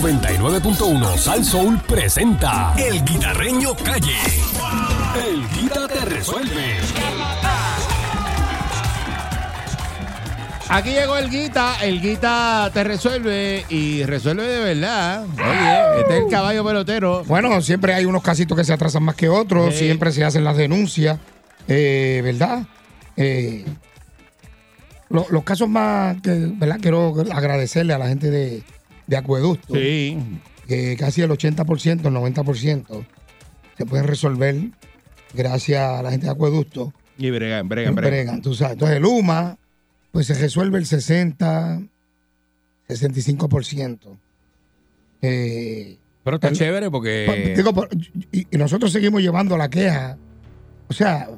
99.1 Sal Soul presenta El Guitarreño Calle. El Guita te resuelve. Aquí llegó el Guita, el Guita te resuelve y resuelve de verdad. Oye, este es el caballo pelotero. Bueno, siempre hay unos casitos que se atrasan más que otros, Sí. siempre se hacen las denuncias, eh, ¿verdad? Eh, lo- los casos más, que, ¿verdad? Quiero agradecerle a la gente de, de Acueducto, Sí, que casi el 80%, el 90% se pueden resolver gracias a la gente de Acueducto. y bregan, bregan, En bregan. Bregan, tú sabes. Entonces el UMA, pues se resuelve el 60, 65%. Eh, Pero está El- chévere Pa- Eh, porque Pues, digo, por- y, y nosotros seguimos llevando la queja. O sea,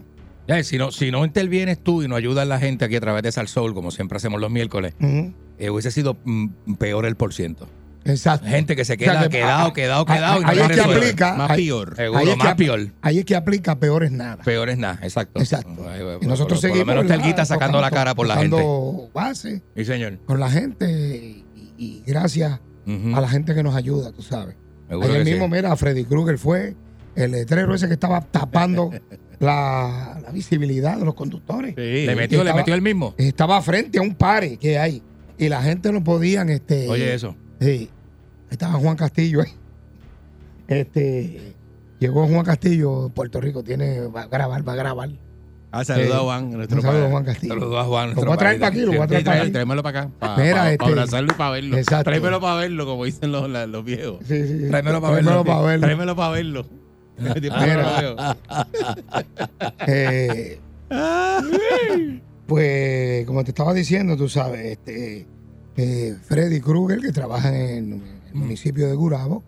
Ya, si, no, si no intervienes tú y no ayudas a la gente aquí a través de Salsoul, como siempre hacemos los miércoles, ujú, eh, hubiese sido mm, peor el por ciento. exacto. Gente que se sea, queda, que- quedado, ah, quedado, ah, quedado. y no ahí lo es que resuelve. aplica, Más ahí- peor. ahí Seguro, es que más ap- peor. Ahí es que aplica, peor es nada. Peor es nada, exacto. Exacto. Ay, Y bueno, nosotros por, por lo seguimos. menos está el ¿verdad? guita sacando la Tocando- cara por la gente. tocando base Sí, señor. con la gente y, y gracias Ujú. a la gente que nos ayuda, tú sabes. Seguro Ayer que sí. mismo, mira, Freddy Krueger fue el letrero ese que estaba tapando la, la visibilidad de los conductores. Sí. Le metió, le estaba- metió el mismo. Estaba frente a un pare que hay y la gente no podían este, Oye, eso. Sí. Ahí estaba Juan Castillo. ¿eh? Este. Llegó Juan Castillo, Puerto Rico, tiene, va a grabar, va a grabar. Ah, Eh, saludos a Juan, nuestro un saludo a padre. Juan Castillo. Saludos a Juan. Lo nuestro voy a padre. traer pa' aquí, lo voy a traer Sí, pa' trae- aquí. Tráemelo para acá. Para Mira, este- abrazarlo y para verlo. Exacto. Tráemelo para verlo, como dicen los, la- los viejos. Sí, sí, sí. Tráemelo pa' Tráemelo verlo. pa' verlo. Tráemelo para verlo. Tipo, no lo veo. Ah, Eh, pues, como te estaba diciendo, tú sabes, este, eh, Freddy Krueger, que trabaja en Mm. el municipio de Gurabo,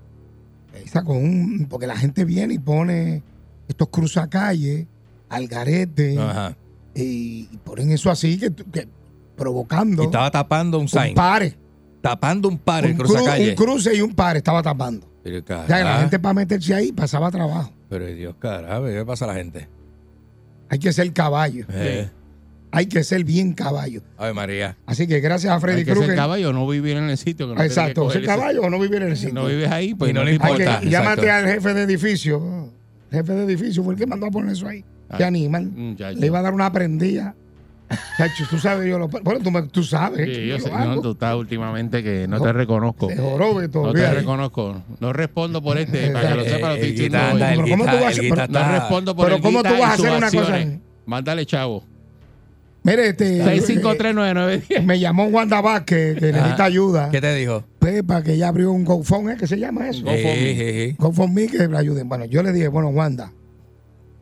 eh, sacó un. Porque la gente viene y pone estos cruzacalles al garete Ajá. y, y ponen eso así, que, tú- que provocando. Y estaba tapando un un sign. pare. Tapando un par el un, cru- cruzacalle. un cruce y un par estaba tapando. Pero, O sea, que la carajo. gente para meterse ahí pasaba trabajo. Pero Dios, carajo, ¿qué pasa a la gente? Hay que ser caballo. Eh, Hay que ser bien caballo. Ave María. Así que gracias a Freddy Hay que ser Krueger. caballo, no vivir en el sitio. Que no Ah, tiene que Exacto. coger Ser ese- caballo o no vivir en el Si sitio. no vives ahí, pues Y no no le te Hay importa. que- Exacto. llámate al jefe de edificio. El jefe de edificio fue el que mandó a poner eso ahí. Ah. Qué animal. Muchacho. Le iba a dar una prendida. Chacho, tú sabes, yo lo. Bueno, tú, me- tú sabes. Sí, que yo lo sé, no, hago. tú estás últimamente que no, No. te reconozco. Se joró, Beto, No te olvídate. reconozco. No respondo por este, para que lo Eh, sepa lo Eh, estoy el diciendo guita hoy. anda, el Pero ¿cómo tú guita- vas a- el guita pero- No está- respondo por Pero el ¿cómo guita tú vas a y sus hacer una cosa? acciones. Mándale, chavo. Mire, este. eh, 6539910. Me llamó Wanda Vázquez, que necesita Ajá. ayuda. ¿Qué te dijo? Pepa, que ya abrió un GoFundMe, que se llama eso. Go for me. Sí, sí, sí. GoFundMe, que le ayuden. Bueno, yo le dije, bueno, Wanda,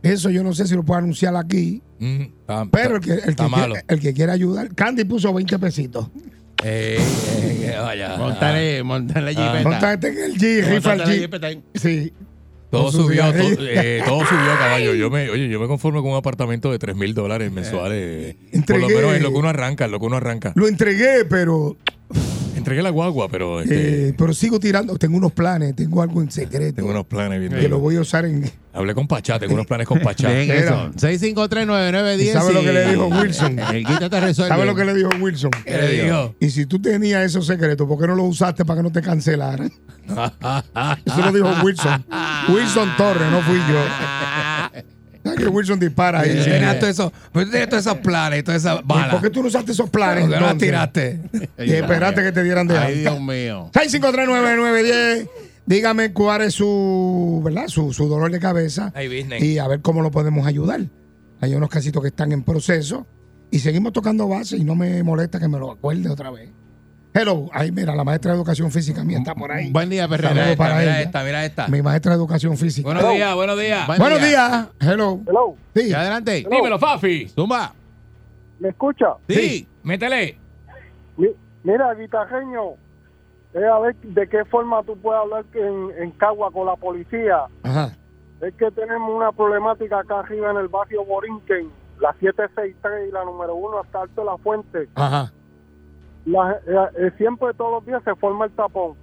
eso yo no sé si lo puedo anunciar aquí, Mm, está- pero el que, el está que, malo. quiera- el que quiera ayudar, Candy puso 20 pesitos. Eh, eh, eh, vaya. Montale, montale Ah. jeepeta. Montate en el G, rifa el Montale la G. jeepeta. Sí. Todo Con su subió, cigarrillo. todo, eh, todo subió, caballo. Yo me, oye, yo me conformo con un apartamento de 3 mil dólares mensuales. Por lo Entregué. menos es lo que uno arranca, es lo que uno arranca. Lo entregué, pero, Entregué la guagua, pero este, eh, pero sigo tirando. Tengo unos planes, tengo algo en secreto tengo unos planes. bien que lo duros. voy a usar en. Hablé con Pachá, tengo unos planes con Pachá. Dejen Mira. eso. 6539910. ¿Y sabe lo que le y- dijo Wilson? El guita te resuelve. ¿Sabes lo que le dijo Wilson? ¿Qué le dijo? Y si tú tenías esos secretos, ¿por qué no los usaste para que no te cancelaran? Eso lo dijo Wilson. Wilson Torres, no fui yo. ¿Sabes que Wilson dispara ahí? Tú tenías ¿Y todo eso- tú tenías todos esos planes y todas esas balas. ¿Por qué tú no usaste esos planes? ¿Por qué no las entonces? tiraste? Y esperaste que te dieran de Ay, alta. Dios mío. 6539910. Dígame cuál es su, ¿verdad? Su, su dolor de cabeza Ay, business. y a ver cómo lo podemos ayudar. Hay unos casitos que están en proceso y seguimos tocando base y no me molesta que me lo acuerde otra vez. Hello, ahí mira, la maestra de educación física mía está por ahí. Buen día, Saludos Mira Perrera. esta, para mira ella. esta, mira esta. Mi maestra de educación física. Buenos días, buenos días. Buen Buenos día. días. Hello. Hello, Sí. Y Adelante. Dímelo, Fafi. Zumba. ¿me escucha? Sí. Métele. Mi- mira, guitarreño, es a ver de qué forma tú puedes hablar que en, en Cagua con la policía. Ajá. Es que tenemos una problemática acá arriba en el barrio Borinquen, la 763 y la número 1 hasta Alto La Fuente. Ajá. La- eh, eh, siempre todos los días se forma el tapón,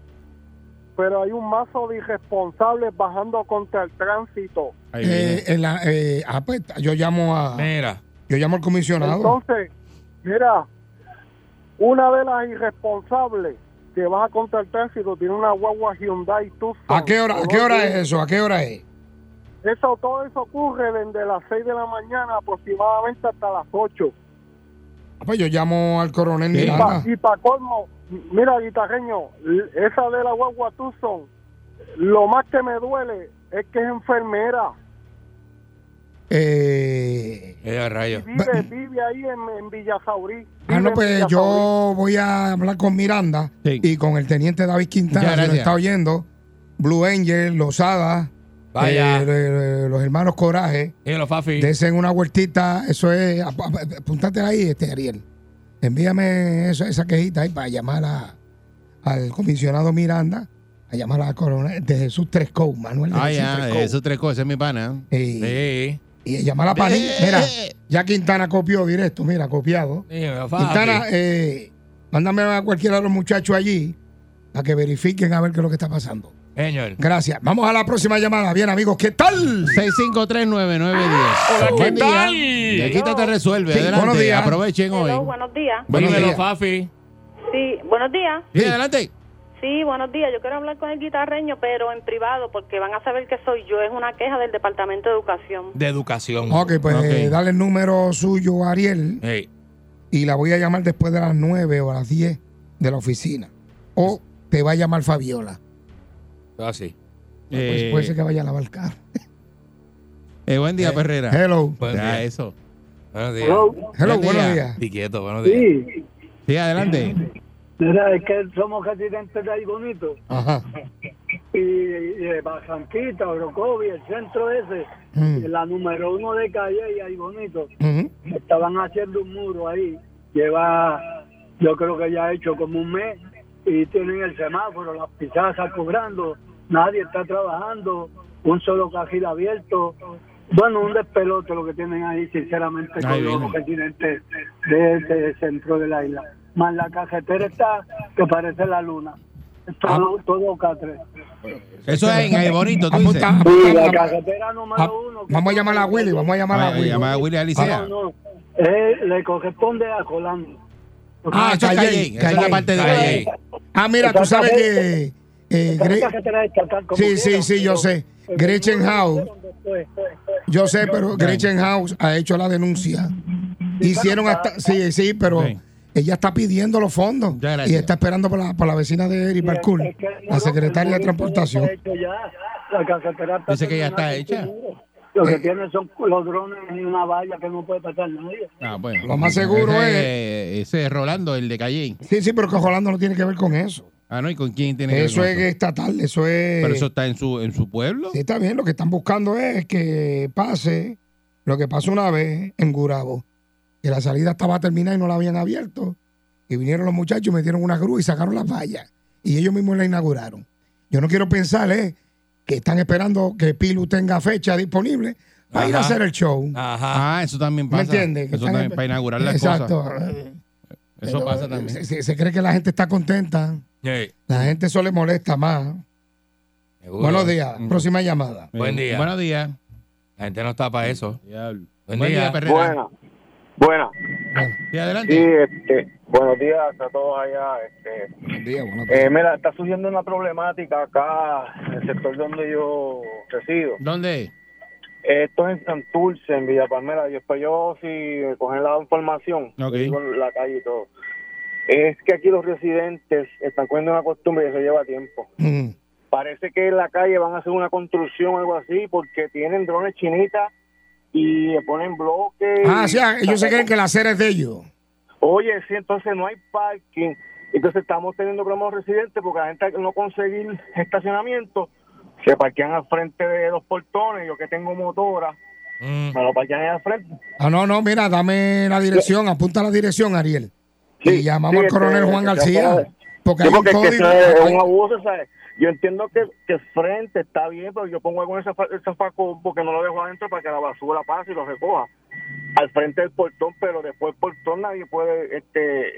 pero hay un mazo de irresponsables bajando contra el tránsito. Ahí Eh, viene. en la, eh, ah, pues, yo llamo a Mira. yo llamo al comisionado. Entonces, mira, una de las irresponsables que que vas a contra el tránsito tiene una guagua Hyundai Tucson. ¿A qué hora, a qué hora es eso? ¿A qué hora es? Eso, todo eso ocurre desde las 6 de la mañana aproximadamente hasta las 8. Ah, Pues yo llamo al coronel Y para Miranda. colmo, mira, guitarreño, l- esa de la guagua Tucson, lo más que me duele es que es enfermera. Eh, Eh, rayo. Vive, vive ahí en, en Villasaurí. ah, Vive no, en pues Villasaurí. yo voy a hablar con Miranda Sí. y con el teniente David Muchas Quintana, que nos gracias. está oyendo. Blue Angel, Losada, Vaya. eh, eh, eh, los hermanos Coraje. Dígalo, Fafi. Desen una vueltita, eso es. ap- ap- Apúntate ahí, este Ariel. Envíame eso- esa quejita ahí para llamar a- al comisionado Miranda, a llamar a coronel de Jesús Tresco, Manuel de Ah, Jesús ya, Tresco. esos tres cosas, mi pana. Y, Sí. y llamar a París. Eh, Mira, eh. ya Quintana copió directo, mira, copiado. Dígalo, Fafi. Quintana, eh, mándame a cualquiera de los muchachos allí a que verifiquen a ver qué es lo que está pasando. Señor. Gracias. Vamos a la próxima llamada. Bien, amigos, ¿qué tal? 6539910. Hola, Buen ¿qué día. tal? Y aquí te, te resuelve. Sí, adelante. buenos días. Aprovechen hoy. Hello, buenos días. Buenos Dímelo, días. Fafi. Sí, buenos días. Sí, adelante. Sí, buenos días. Yo quiero hablar con el guitarreño, pero en privado, porque van a saber que soy yo. Es una queja del Departamento de Educación. De educación. Oh. Ok, pues Ok. eh, dale el número suyo a Ariel. Hey. y la voy a llamar después de las 9 o a las 10 de la oficina. O te va a llamar Fabiola. Así. Pues Eh, puede ser que vaya a lavar el carro. eh, buen día, Perrera. Hello. Buen Ya, día. eso. Buenos días. Hello. Hello, Buen buenos día. días. Tiquieto, buenos días. Sí, Sí, adelante. mira, es que somos residentes de ahí bonito. Ajá. Y, y de Bajanquita, Orocovi, el centro ese, Mm. la número uno de calle y ahí bonito. Ujú. estaban haciendo un muro ahí. Lleva, yo creo que ya ha hecho como un mes y tienen el semáforo, las pisadas están cobrando, nadie está trabajando, un solo cajil abierto. Bueno, un despelote lo que tienen ahí, sinceramente, con Ahí los viene. residentes de ese centro de la isla. Más la carretera está que parece la luna. Ah. Todo, todo catre. Eso es en Ay Bonito, tú dices. Apunta- Sí, la apunta- carretera pues, Ah, número uno. que- Vamos a llamar a Willy, vamos a llamar a Ay, Willy. Llamada a Willy Alicea. No, no, eh, le corresponde a Colando. Ah, eso es Calle, Calle. Esa es la Calle, parte de Calle. Calle. Ah, mira, tú sabes que... eh, Pero Gre- esta gente la descartan como sí, sí, quiera, sí, yo pero- sé. pero Gretchen no lo House. hicieron después. Yo sé, pero Gretchen House ha hecho la denuncia. Hicieron hasta. Sí, sí, pero Sí. ella está pidiendo los fondos. Ya, gracias. Y está esperando por la, por la vecina de Eri Parkour, Es que el muro- la secretaria de el muro está Transportación. hecho ya, la carretera está Dice que ya está terminada, hecha. el muro. Lo que Eh. tienen son los drones y una valla que no puede pasar nadie. Ah, bueno. Lo más seguro Ese- Ese es Rolando, el de Calle. Sí, sí, pero que Rolando no tiene que ver con eso. Ah, no, ¿y con quién tiene que ver Eso con es estatal, eso es. Pero eso está en su, en su pueblo. Sí, está bien, lo que están buscando es que pase lo que pasó una vez en Gurabo, que la salida estaba terminada y no la habían abierto. Y vinieron los muchachos, metieron una grúa y sacaron las vallas. Y ellos mismos la inauguraron. Yo no quiero pensar eh, que están esperando que Pilu tenga fecha disponible para ir a Ajá. hacer el show. Ajá. Ah, eso también ¿Me pasa. entiendes? Que Eso están también espe- para inaugurar las Exacto. Eh, cosas. Eso Pero, pasa eh, también. Se, se cree que la gente está contenta. Hey, La gente eso le molesta más. seguro. Buenos días. Próxima llamada. Buen Eh, día. Buenos días. La gente no está para Mm. eso. Buen Buen día, día. Perrera. Buena, buena. Bueno, Sí, Sí, adelante. este, buenos días a todos allá. Este, buen día, buenos días. eh, mira, está surgiendo una problemática acá en el sector donde yo resido. ¿Dónde? Esto es en Santurce, en Villa Palmera. Yo espero yo si cogen la información Ok. con la calle y todo. Es que aquí los residentes están cogiendo una costumbre y eso lleva tiempo. Mm. Parece que en la calle van a hacer una construcción o algo así porque tienen drones chinitas y ponen bloques. Ah, sí, ah, ellos se creen que la eh, acera es de ellos. Oye, sí, entonces no hay parking. Entonces estamos teniendo problemas los residentes porque la gente al no conseguir estacionamiento se parquean al frente de los portones. Yo que tengo motora, Mm. me lo parquean ahí al frente. Ah, no, no, mira, dame la dirección, apunta la dirección, Ariel. y Sí, llamamos sí, al coronel este, Juan que García. sea- Porque hay Yo un porque es que código. eso es un hay- abuso, ¿sabes? Yo entiendo que, que frente está bien, pero yo pongo algo en ese fa- ese facón porque no lo dejo adentro para que la basura pase y lo recoja. Al frente del portón, pero después del portón nadie puede este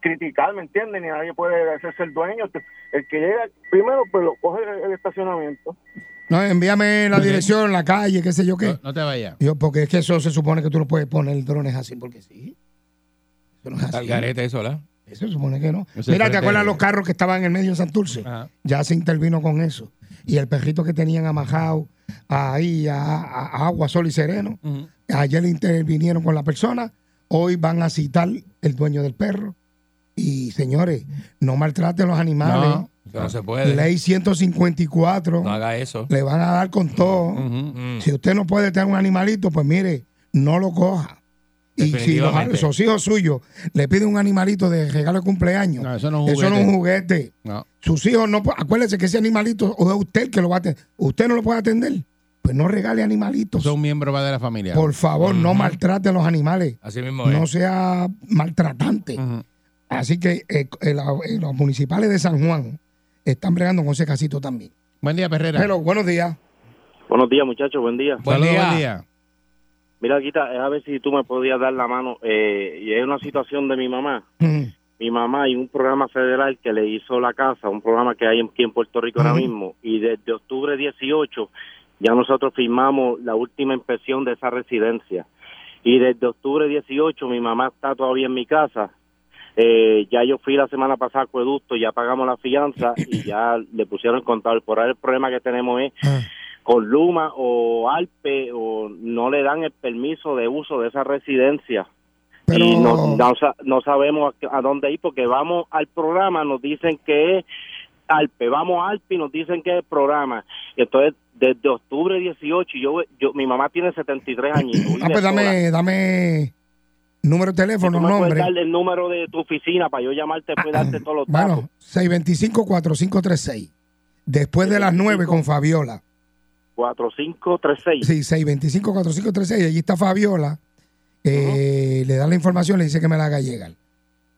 criticar, ¿me entienden? Ni nadie puede hacerse el dueño. El que llega primero, pues lo coge el, el estacionamiento. No, envíame la dirección, la calle, qué sé yo qué. No, no te vayas. Yo, porque es que eso se supone que tú no puedes poner drones así, porque sí. Eso no es Al así. garete eso, ¿verdad? Eso se supone que no. Eso es frente- Mira, Ah. ¿te acuerdas los carros que estaban en el medio de Santurce? Ajá. Ya se intervino con eso. Y el perrito que tenían amajado ahí a, a- a agua, sol y sereno, ayer intervinieron con la persona, hoy van a citar el dueño del perro. Y señores, no maltraten a los animales. No. Eso no se puede. Ley 154, No haga eso. le van a dar con todo. Mm. Si usted no puede tener un animalito, pues mire, no lo coja. Y si los, Definitivamente. esos hijos suyos le piden un animalito de regalo de cumpleaños, No, eso no es un eso no es un juguete. No. Sus hijos no, pu- acuérdese que ese animalito o es usted que lo va a atender. Usted no lo puede atender. Pues no regale animalitos. Eso es un miembro más de la familia. Por favor, no maltrate a los animales. Así mismo es. No sea maltratante. Ujú. Así que eh, eh, la- eh, los municipales de San Juan están bregando con ese casito también. Buen día, Perrera. Pero buenos días. Buenos días, muchachos, buen día. Buen Saludos, día. buen día. Mira, Guita, es a ver si tú me podías dar la mano. eh, y es una situación de mi mamá. Mm. Mi mamá y un programa federal que le hizo la casa, un programa que hay aquí en Puerto Rico ahora mismo. Y desde octubre 18 ya nosotros firmamos la última inspección de esa residencia. Y desde octubre 18 mi mamá está todavía en mi casa. Eh, ya yo fui la semana pasada a Acueducto, ya pagamos la fianza y ya le pusieron el contador. Por ahí el problema que tenemos es Ah. con Luma o Alpe o no le dan el permiso de uso de esa residencia. Pero ah, Y no, no sa- no sabemos a qué- a dónde ir porque vamos al programa, nos dicen que es Alpe, vamos a Alpe y nos dicen que es el programa. Y entonces, desde octubre 18, yo, yo mi mamá tiene 73 años. Ah, pues dame, dame número de teléfono, nombre. Ah, darle el número de tu oficina para yo llamarte, puedes darte todos los datos. Bueno, 625-4536. Después de las 9 con Fabiola. 4536. Sí, 625-4536. Allí está Fabiola. Eh, Le da la información, le dice que me la haga llegar.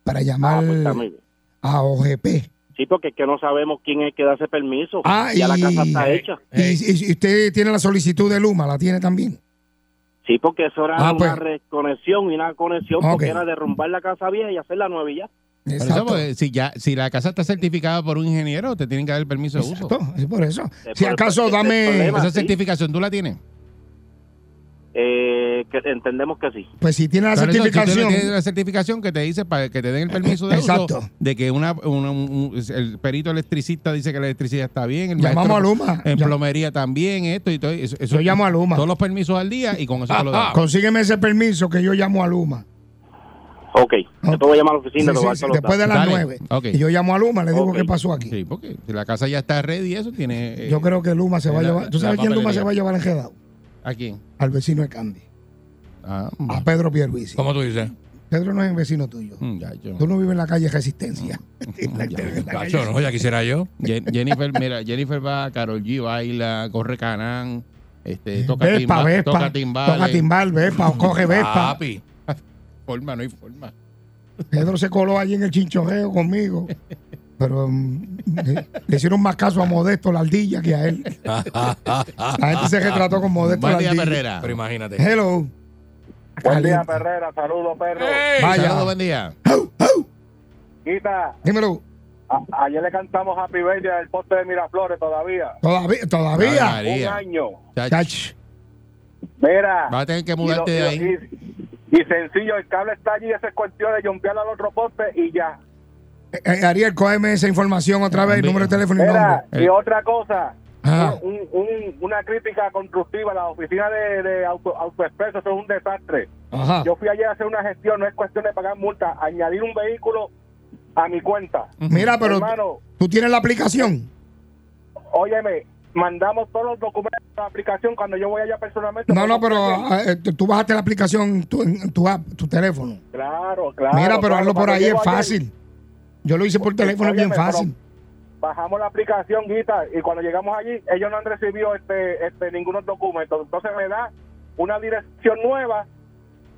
Para Ah, llamar pues, está muy bien. a OGP. Sí, porque es que no sabemos quién es el que da ese permiso. Ah, ya la y- casa está hecha. Eh. Y, y- y usted tiene la solicitud de Luma, la tiene también. Sí, porque eso era Ah, una pues. reconexión y una conexión, porque Ok. era derrumbar la casa vieja y hacer la nueva y ya. Por eso, pues, porque si, ya, si la casa está certificada por un ingeniero, te tienen que dar el permiso de uso. Exacto, es por eso. Es Si por- acaso es el dame, problema. Eh, Esa Sí. certificación tú la tienes. Eh, que entendemos que sí. pues si tiene la Por eso, si tú certificación, tienes la certificación que te dice para que te den el permiso de uso Exacto. de que una, una- un- un- el perito electricista dice que la electricidad está bien. El Llamamos maestro a Luma. En Ya. plomería también, esto y todo. Eso, eso- yo llamo a Luma. Todos los permisos al día y con eso te lo dan. ah, Consígueme ese permiso que yo llamo a Luma. Ok, Ah. después voy a llamar a la Sí, oficina. sí, te voy a dar sí, todos los después de datos. las Dale, nueve. ok. Y yo llamo a Luma, le digo Ok. qué pasó aquí. Sí, porque si la casa ya está ready, eso tiene. eh, Yo creo que Luma se va a la- llevar. ¿Tú la sabes quién Luma papelería. se va a llevar enredado? ¿A quién? Al vecino de Candy. Ah, A Pedro Pierluisi. ¿Cómo tú dices? Pedro no es el vecino tuyo. mm, ya, yo- mm, Tú no vives en la calle Resistencia. Cacho, no, ya quisiera yo. Jen- Jennifer, mira, Jennifer va, Carol G baila, corre canán, este, toca timba- Vespa, eh. Mm. Ah. Vespa. toca timbales. Toca timbal, Vespa, o coge Vespa. Papi. Forma, no hay forma. Pedro se coló allí en el chinchorreo conmigo. Pero mm, le, le hicieron más caso a Modesto la ardilla que a él. La gente se retrató con Modesto la Buen día, ardilla. Herrera. Ah, Pero imagínate. Hello. Buen día, Ah, Caliente. Perrera. Saludos, perro. Eh. Ey, Vaya. Saludos, buen día. Quita, Dímelo. a- ayer le cantamos Happy Birthday al poste de Miraflores todavía. Todavía, Ave todavía. María. Un año. Oh Chach, Chach. Mira. Vas a tener que y mudarte lo- de y ahí. lo- Y, y sencillo, el cable está allí, ese es cuestión de jumpear al otro poste y ya. Eh, eh, Ariel, cógeme esa información otra vez, Hombre. número de teléfono y nombre. Mira, nombre. y otra cosa, Ah. un- un- una crítica constructiva, la oficina de, de auto, autoexpreso, eso es un desastre. Ajá. Yo fui ayer a hacer una gestión, no es cuestión de pagar multa, añadir un vehículo a mi cuenta. Mira, pero Hermano, tú tienes la aplicación. óyeme, mandamos todos los documentos a la aplicación cuando yo voy allá personalmente. No, no, pero Claro, ah, eh, tú bajaste la aplicación en tu, en tu app, tu teléfono. claro, claro. Mira, pero hazlo por cuando ahí, llego es ayer, fácil. Yo lo hice por teléfono, es bien Óyeme, pero fácil. Bajamos la aplicación, Guita, y cuando llegamos allí, ellos no han recibido este, este ningunos documentos. Entonces me da una dirección nueva.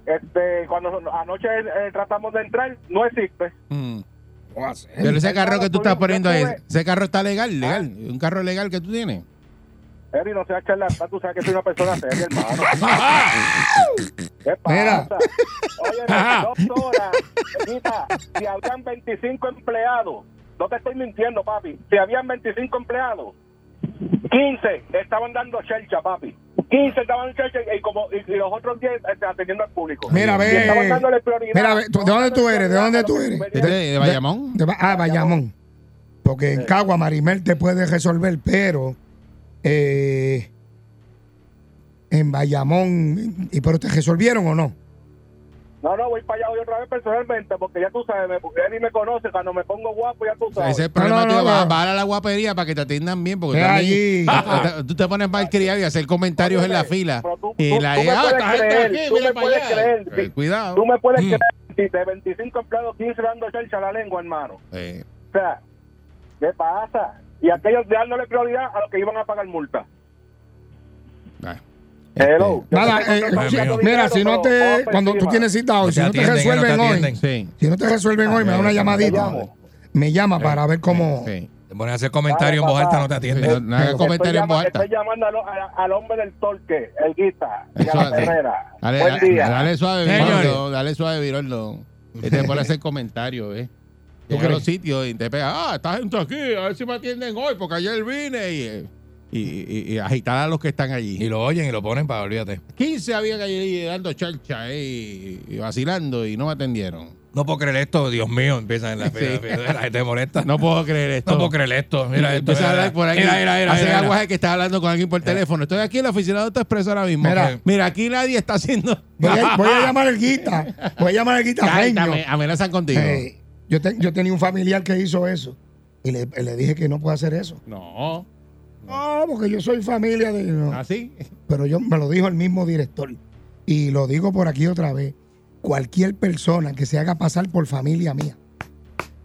Este, cuando anoche eh, tratamos de entrar, no existe. Mm. Pero Pero- ese carro que tú estás Yo poniendo ahí, tuve- ese carro está legal, legal. Ah. Un carro legal que tú tienes. Eri, no seas charlatán, tú sabes que soy una persona seria, hermano. ¿Qué Mira. pasa? Oye, dos horas, Guita, si habían 25 empleados, no te estoy mintiendo, papi, si habían 25 empleados, 15 estaban dando chelcha, papi. 15 estaban muchachos y, como, y, y los otros 10 este, atendiendo al público. Mira, a Y estaban ver. dándole prioridad. Mira, a ver, ¿tú- ¿de dónde tú eres? ¿De dónde tú eres? ¿De, de Bayamón? De Ba- ah, Bayamón. Porque en Cagua, Marimel te puede resolver, pero eh, en Bayamón, y pero te resolvieron o no? No, no, voy para allá hoy otra vez personalmente porque ya tú sabes, me, porque ya ni me conoce, cuando me pongo guapo ya tú Ese sabes. es el problema, no, tío. no, Vas, no. vas a la guapería para que te atiendan bien, porque Es tú allí. Ah, también- tú te pones mal criado y hacer comentarios en la fila. Pero tú- Y tú- la tú me ah, puedes esta gente creer, aquí, tú mira me para puedes allá. creer, Eh, sí. Cuidado. Tú me puedes Mm. creer, de 25 empleados, 15 dando charcha a la lengua, hermano. Eh, O sea, ¿qué pasa? Y aquellos dándole prioridad a los que iban a pagar multa. ah. Hello. Nada, Yo sé que eh, no Dios si- estás mío. mira, dinero, si no pero te, vamos por cuando tú encima. tienes cita hoy, si no te atienden, que resuelven te hoy, atienden. este, Sí. si no te Ah, resuelven hoy, me da una llamadita. llamo. Me llama para ver cómo. Sí. Te pones a hacer comentarios en voz alta, no te atienden. No, no hagas Estoy Estoy, comentarios en llama- voz alta. estoy llamando al, al- al hombre del torque, el guita, y a Eso la hace. Herrera. Dale, Buen dale, día. dale suave, Señores. Viroldo. Dale suave, Viroldo. Y te pone a hacer comentarios, ¿eh? Llega a los sitios y te pega, ah, esta gente aquí, a ver si me atienden hoy, porque ayer vine y, eh, y, y- y agitar a los que están Y allí. lo oyen y lo ponen para olvídate. 15 habían allí dando charcha eh, y, y vacilando y no me atendieron. No puedo creer esto, Dios mío, empiezan en la fila. Sí. La gente molesta. No, No puedo creer esto. puedo creer esto. Mira esto. Empieza a mira, hablar por aquí. Mira, mira, mira, Hace mira. lenguaje que está hablando con alguien por teléfono. Estoy aquí en la oficina de AutoExpreso ahora mismo. Mira. Mira, aquí nadie está haciendo. Voy a, voy a llamar al guita. Voy a llamar al guita. Cállate, Reño. ame- amenazan contigo. Eh, yo, te- yo tenía un familiar que hizo eso y le, le dije que no puede hacer eso. No. Ah. No, porque yo soy familia de. no. Así. Pero yo me lo dijo el mismo director. Y lo digo por aquí otra vez. Cualquier persona que se haga pasar por familia mía.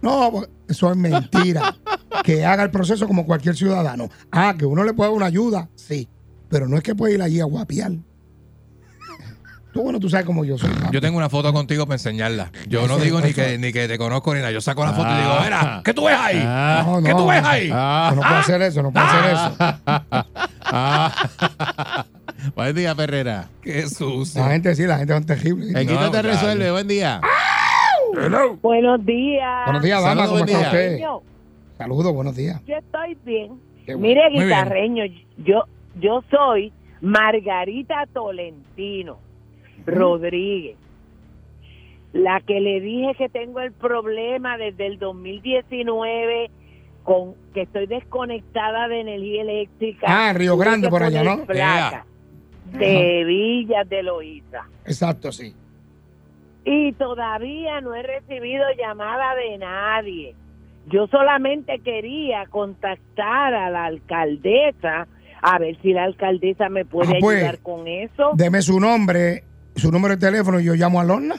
No, porque eso es mentira. que haga el proceso como cualquier ciudadano. Ah, que uno le puede dar una ayuda, sí. Pero no es que puede ir allí a guapiar. Tú, bueno, tú sabes cómo yo soy. papi. Yo tengo una foto contigo para enseñarla. Yo no digo ni que, ni que te conozco ni nada. Yo saco la foto y digo, mira, ¿qué tú ves ahí? Ah. No, ¿Qué no, tú ves ahí? No, no puedo hacer eso, no puedo hacer eso. Ah. Buen día, Perrera. Qué sucio. La gente sí, la gente es terrible. El quito No, te dale. resuelve. Buen día. Buenos días. Buenos días, dama, Saludos, ¿cómo buen está día. usted? Yo, Saludos, buenos días. yo estoy bien. Qué bueno. Mire, bien. guitarreño, yo, yo soy Margarita Tolentino Rodríguez, la que le dije que tengo el problema desde el 2019 con que estoy desconectada de energía eléctrica. Ah, Río Tuve Grande que por allá, poner ¿no? placa de Villas de Loíza. Exacto, sí. Y todavía no he recibido llamada de nadie. Yo solamente quería contactar a la alcaldesa, a ver si la alcaldesa me puede Ah, pues. ayudar con eso. Deme su nombre, su número de teléfono y yo llamo a Lorna.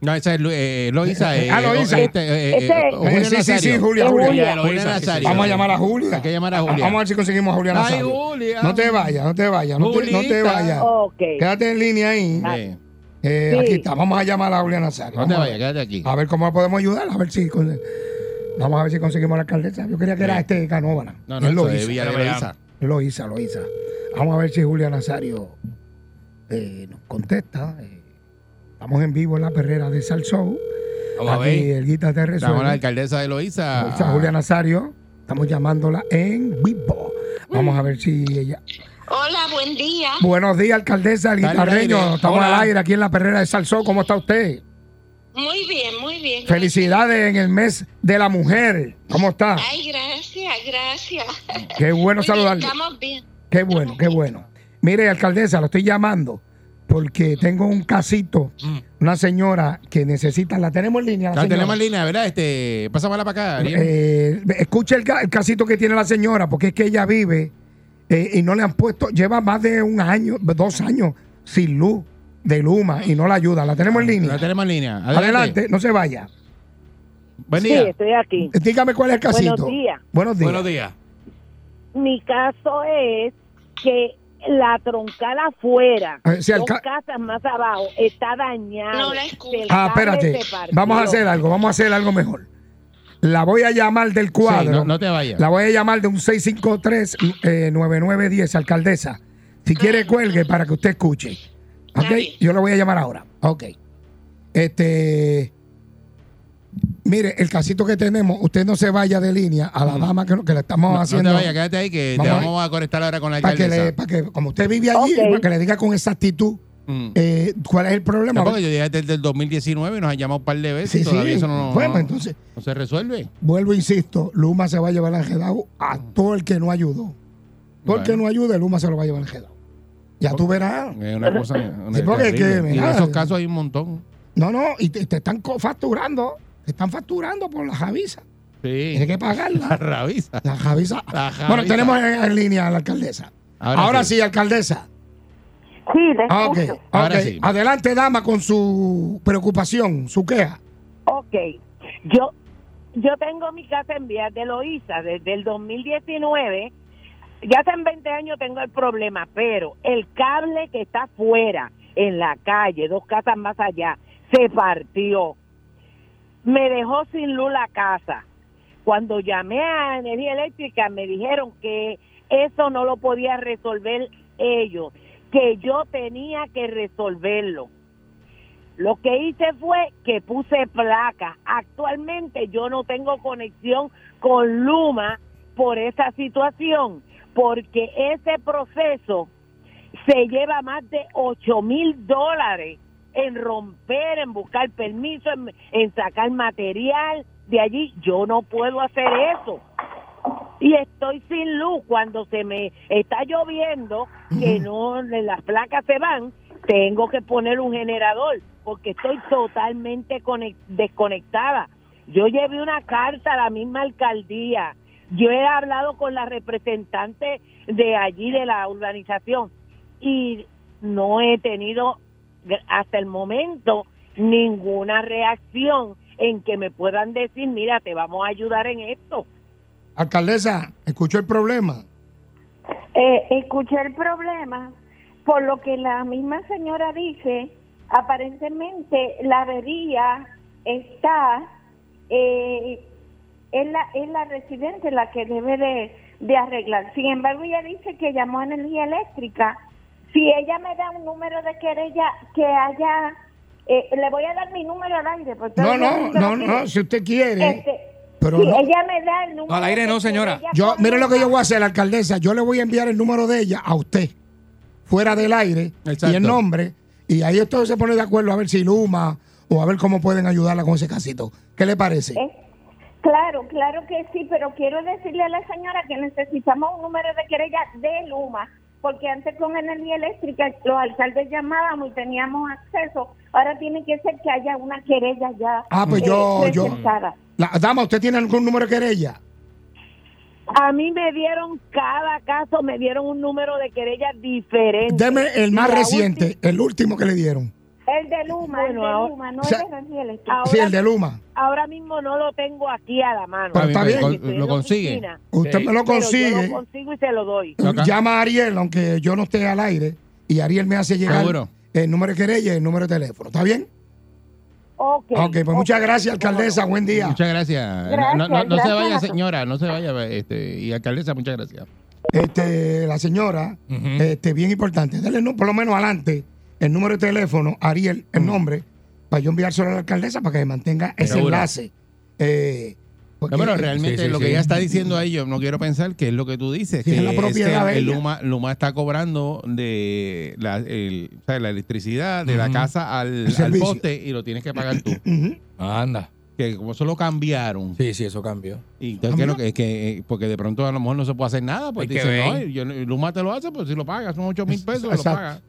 No, esa es Lu- eh, Loisa. eh, Ah, Loisa. eh, eh, eh, Ese- eh, Julio Eh, sí, sí, Nazario. sí, Julia, Es Julia. Julia. Julia Loisa, sí, sí, Nazario. sí. Vamos a llamar a Julia. Hay que llamar a Julia. Vamos a ver si conseguimos a Julia Ay, Nazario. Julia. No te vayas, no te vayas, no te, no te Julita. vayas. Ok. Quédate en línea ahí. Eh, Eh, Sí. Aquí está, vamos a llamar a Julia Nazario. no te Vamos a vayas, ver. quédate aquí. A ver cómo la podemos ayudar, a ver si con- vamos a ver si conseguimos a la alcaldesa. Yo quería que era este Canóvana. No, no, Él eso lo de hizo. Villa de Loisa. Él Lo hizo, lo hizo. Vamos a ver si Julia Nazario eh, nos contesta. Eh, estamos en vivo en la perrera de Salsou. Vamos a Aquí ver. el guita te Estamos a la resuelve. alcaldesa de Loisa. Ahí está Julia Nazario. Estamos llamándola en vivo. Vamos a ver si ella. Hola, buen día. Buenos días, alcaldesa, el Está al aire. guitarreño. Estamos Hola. al aire aquí en la perrera de Salsou. ¿Cómo está usted? Muy bien, muy bien. Felicidades en el mes de la mujer. ¿Cómo está? Ay, gracias, gracias. Qué bueno Muy bien, saludarle. Estamos bien. Qué bueno, qué bueno. Mire, alcaldesa, lo estoy llamando porque tengo un casito, una señora que necesita, la tenemos en línea. La Mm. La señora? tenemos en línea, ¿verdad? Este, pásamela para acá. Ariel. Eh, escuche el, ca- el casito que tiene la señora, porque es que ella vive eh, y no le han puesto, lleva más de un año, dos años sin luz de Luma y no la ayuda. La tenemos en línea. Ah, La tenemos en línea. Adelante, no se vaya. Buen Sí, día. estoy aquí. Dígame cuál es el casito. Buenos días. Buenos días. Buenos días. Mi caso es que la troncal afuera, Eh, sí, dos alca- casas más abajo, está dañada. este No la escucho. El Ah, cable espérate. se partió. Vamos a hacer algo, vamos a hacer algo mejor. La voy a llamar del cuadro. Sí, no, no te vayas. La voy a llamar de un eh, 653-9910, alcaldesa. Ah. Si quiere, cuelgue para que usted escuche. Está ¿Ok? bien. Yo la voy a llamar ahora. Ok. Este. Mire, el casito que tenemos, usted no se vaya de línea a la dama que, que le estamos Mm. No te haciendo. vayas, quédate ahí que te Vamos vamos a conectar ahora con la para que, alcaldesa. le, para que, como usted vive allí, Ok. para que le diga con exactitud Mm. eh, cuál es el problema. No, porque yo llegué desde el 2019 y nos han llamado un par de veces y Sí, sí. todavía eso no, Bueno, pues, no- entonces, no se resuelve. vuelvo, insisto, Luma se va a llevar al Gedao a todo el que no ayudó. Todo el que Mm. Bueno. no ayude, Luma se lo va a llevar al Gedao. Ya tú verás. Es una cosa. una Sí, porque es que, terrible. y en mira, esos casos hay un montón. No, no, y te, te están co- facturando. Te están facturando por las avisas. Sí. Tienes que La pagarla. rabiza. Las javisas. La javiza. Bueno, tenemos en, en línea a la alcaldesa. Ahora, sí. alcaldesa. Sí, te Ah, ok, escucho. Ahora ok. sí. Adelante, dama, con su preocupación, su queja. Ok, yo, yo tengo mi casa en vías de Loíza desde el 2019. Ya hace 20 años tengo el problema, pero el cable que está afuera, en la calle, dos casas más allá, se partió. Me dejó sin luz la casa. Cuando llamé a Energía Eléctrica me dijeron que eso no lo podía resolver ellos, que yo tenía que resolverlo. Lo que hice fue que puse placa. Actualmente yo no tengo conexión con Luma por esa situación, porque ese proceso se lleva más de 8 mil dólares en romper, en buscar permiso, en, en sacar material de allí. Yo no puedo hacer eso. Y estoy sin luz cuando se me está lloviendo, que no las placas se van, tengo que poner un generador porque estoy totalmente conec- desconectada. Yo llevé una carta a la misma alcaldía. Yo he hablado con la representante de allí de la urbanización y no he tenido gr- hasta el momento ninguna reacción en que me puedan decir, mira, te vamos a ayudar en esto. Alcaldesa, escuchó el problema. Eh, escuché el problema, por lo que la misma señora dice, aparentemente la avería está, eh, es, la, es la residente la que debe de, de arreglar. Sin embargo, ella dice que llamó a energía eléctrica. Si ella me da un número de querella que haya, eh, le voy a dar mi número al aire. porque No, todavía no, se lo no, tiene. no, si usted quiere. Este, pero si no. ella me da el número. al aire de no, señora. querella Yo, mire lo que yo conmigo, voy a hacer, alcaldesa. Yo le voy a enviar el número de ella a usted, fuera del aire, y Exacto. el nombre. Y ahí ustedes se ponen de acuerdo a ver si Luma o a ver cómo pueden ayudarla con ese casito. ¿Qué le parece? Eh, Claro, claro que sí, pero quiero decirle a la señora que necesitamos un número de querella de Luma, porque antes con energía eléctrica los alcaldes llamábamos y teníamos acceso. Ahora tiene que ser que haya una querella ya. eh, Ah, pues yo- yo- presentada. La, dama, ¿usted tiene algún número de querella? A mí me dieron cada caso, me dieron un número de querellas diferente. Deme el más La reciente, el último que le dieron. El de Luma, Bueno, el de ahora- Luma, no o sea, el de energía eléctrica. Ahora- sí, el de Luma. Ahora mismo no lo tengo aquí a la mano. Pero está bien. Estoy en la ¿Lo consigue? oficina, Usted me lo pero Yo consigue. lo consigo y se lo doy. Acá. Llama a Ariel, aunque yo no esté al aire, y Ariel me hace llegar Seguro. el número de querella y el número de teléfono. ¿Está bien? Ok, Ok, pues muchas gracias, alcaldesa. Buen día. Muchas gracias. Gracias, no, no- no se gracias. vaya, señora. No se vaya. Este, y alcaldesa, muchas gracias. Este, la señora, Mm. Ujú. este, bien importante. Dale nu- por lo menos adelante el número de teléfono, Ariel, Mm. el nombre, para yo enviárselo a la alcaldesa para que se mantenga ese Seguro. enlace. Eh, porque- No, pero realmente sí, sí, lo que sí. ella está diciendo ahí, yo no quiero pensar que es lo que tú dices. Sí, que es la propiedad que de el ella. Luma, Luma está cobrando de la, el- o sea, la electricidad de la Ujú. casa al, El al servicio. poste y lo tienes que pagar tú. Ujú. Ah, Anda. que como eso lo cambiaron. Sí, sí, eso cambió. Y entonces, ¿qué es lo que, es que, eh, porque de pronto a lo mejor no se puede hacer nada. Pues Es que dicen, no, ven. yo, Luma te lo hace, pues si lo pagas, son 8 mil pesos, lo Exacto. pagas.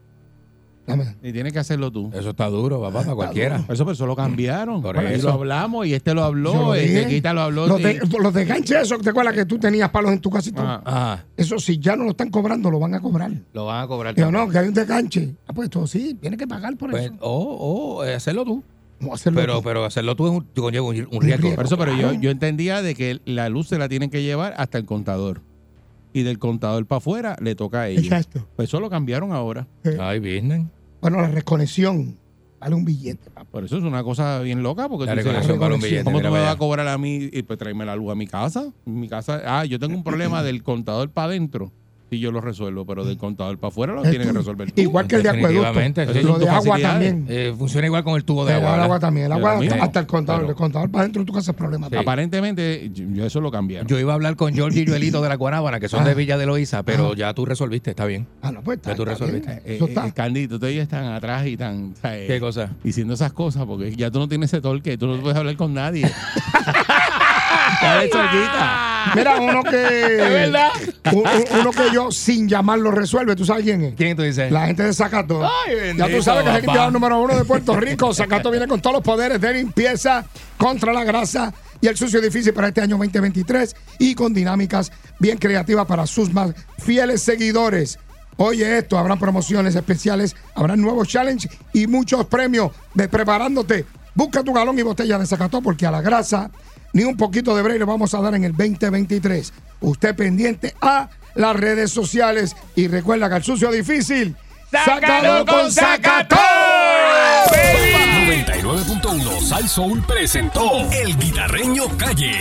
Dame. Y tienes que hacerlo tú. Eso está duro, papá, para cualquiera. Eh, Eso, pero eso lo cambiaron. Por Bueno, y eso. lo hablamos y este lo Yo lo habló, este dije. Quita lo habló. Los, y- de, los de ganche esos, ¿te acuerdas que tú tenías palos en tu casito? Ajá. Ajá. Eso si ya no lo están cobrando, lo van a cobrar. Lo van a cobrar. Yo también. no, que hay un desganche. Ah, pues tú sí, tienes que pagar por Pues, eso. o o, eh, hacerlo tú. Vamos a hacerlo Pero, pues, tú. pero hacerlo tú es un- conlleva un, un riesgo. riesgo. Por eso, pero yo, yo entendía de que la luz se la tienen que llevar hasta el contador. Y del contador para afuera le toca a ella. Exacto. Pues eso lo cambiaron ahora. Ay, business. Bueno, la reconexión vale un billete. papá. Por eso es una cosa bien loca. Pues Porque La tú dices, reconexión para un billete. ¿Cómo tú mira me para vas a allá. cobrar a mí y pues tráeme la luz a mi casa? Mi casa, ah, yo tengo un problema del contador para adentro. Sí, yo lo resuelvo, pero del contador para afuera lo tienen que resolver. tú. Igual que el de Definitivamente, acueducto. eso es Lo de tus agua facilidades. también. Eh, funciona igual con el tubo de El agua. agua, ¿verdad? también, el agua Lo mismo. hasta el contador. Pero- el contador para adentro tú haces problemas. Sí. Aparentemente, yo yo eso lo cambiaron. Yo iba a hablar con George y Joelito de la Guanábana, que son de Villa de Loíza, pero ya tú resolviste, está bien. Ah, no, pues está. ya tú está bien. resolviste. Eh, Eso eh, está. Candito, ustedes están atrás y tan o sea, eh, ¿Qué cosa? diciendo esas cosas porque ya tú no tienes ese torque, tú no puedes hablar con nadie. Está de chorquita. Mira, uno que. verdad. un- un- uno que yo sin llamarlo resuelve. ¿Tú sabes quién es? ¿Quién ¡Ah! tú dices? La gente de Zacato. ya tú bendito, sabes que es papá. el invitado número uno de Puerto Rico. Zacato viene con todos los poderes de limpieza contra la grasa y el sucio difícil para este año 2023 y con dinámicas bien creativas para sus más fieles seguidores. Oye esto, habrán promociones especiales, habrán nuevos challenges y muchos premios de preparándote. Busca tu galón y botella de Zacató porque a la grasa ni un poquito de break le vamos a dar en el 2023. Usted pendiente a las redes sociales y recuerda que el sucio difícil Sácalo con Zacató. 99.1 Sal Soul presentó El Guitarreño Calle.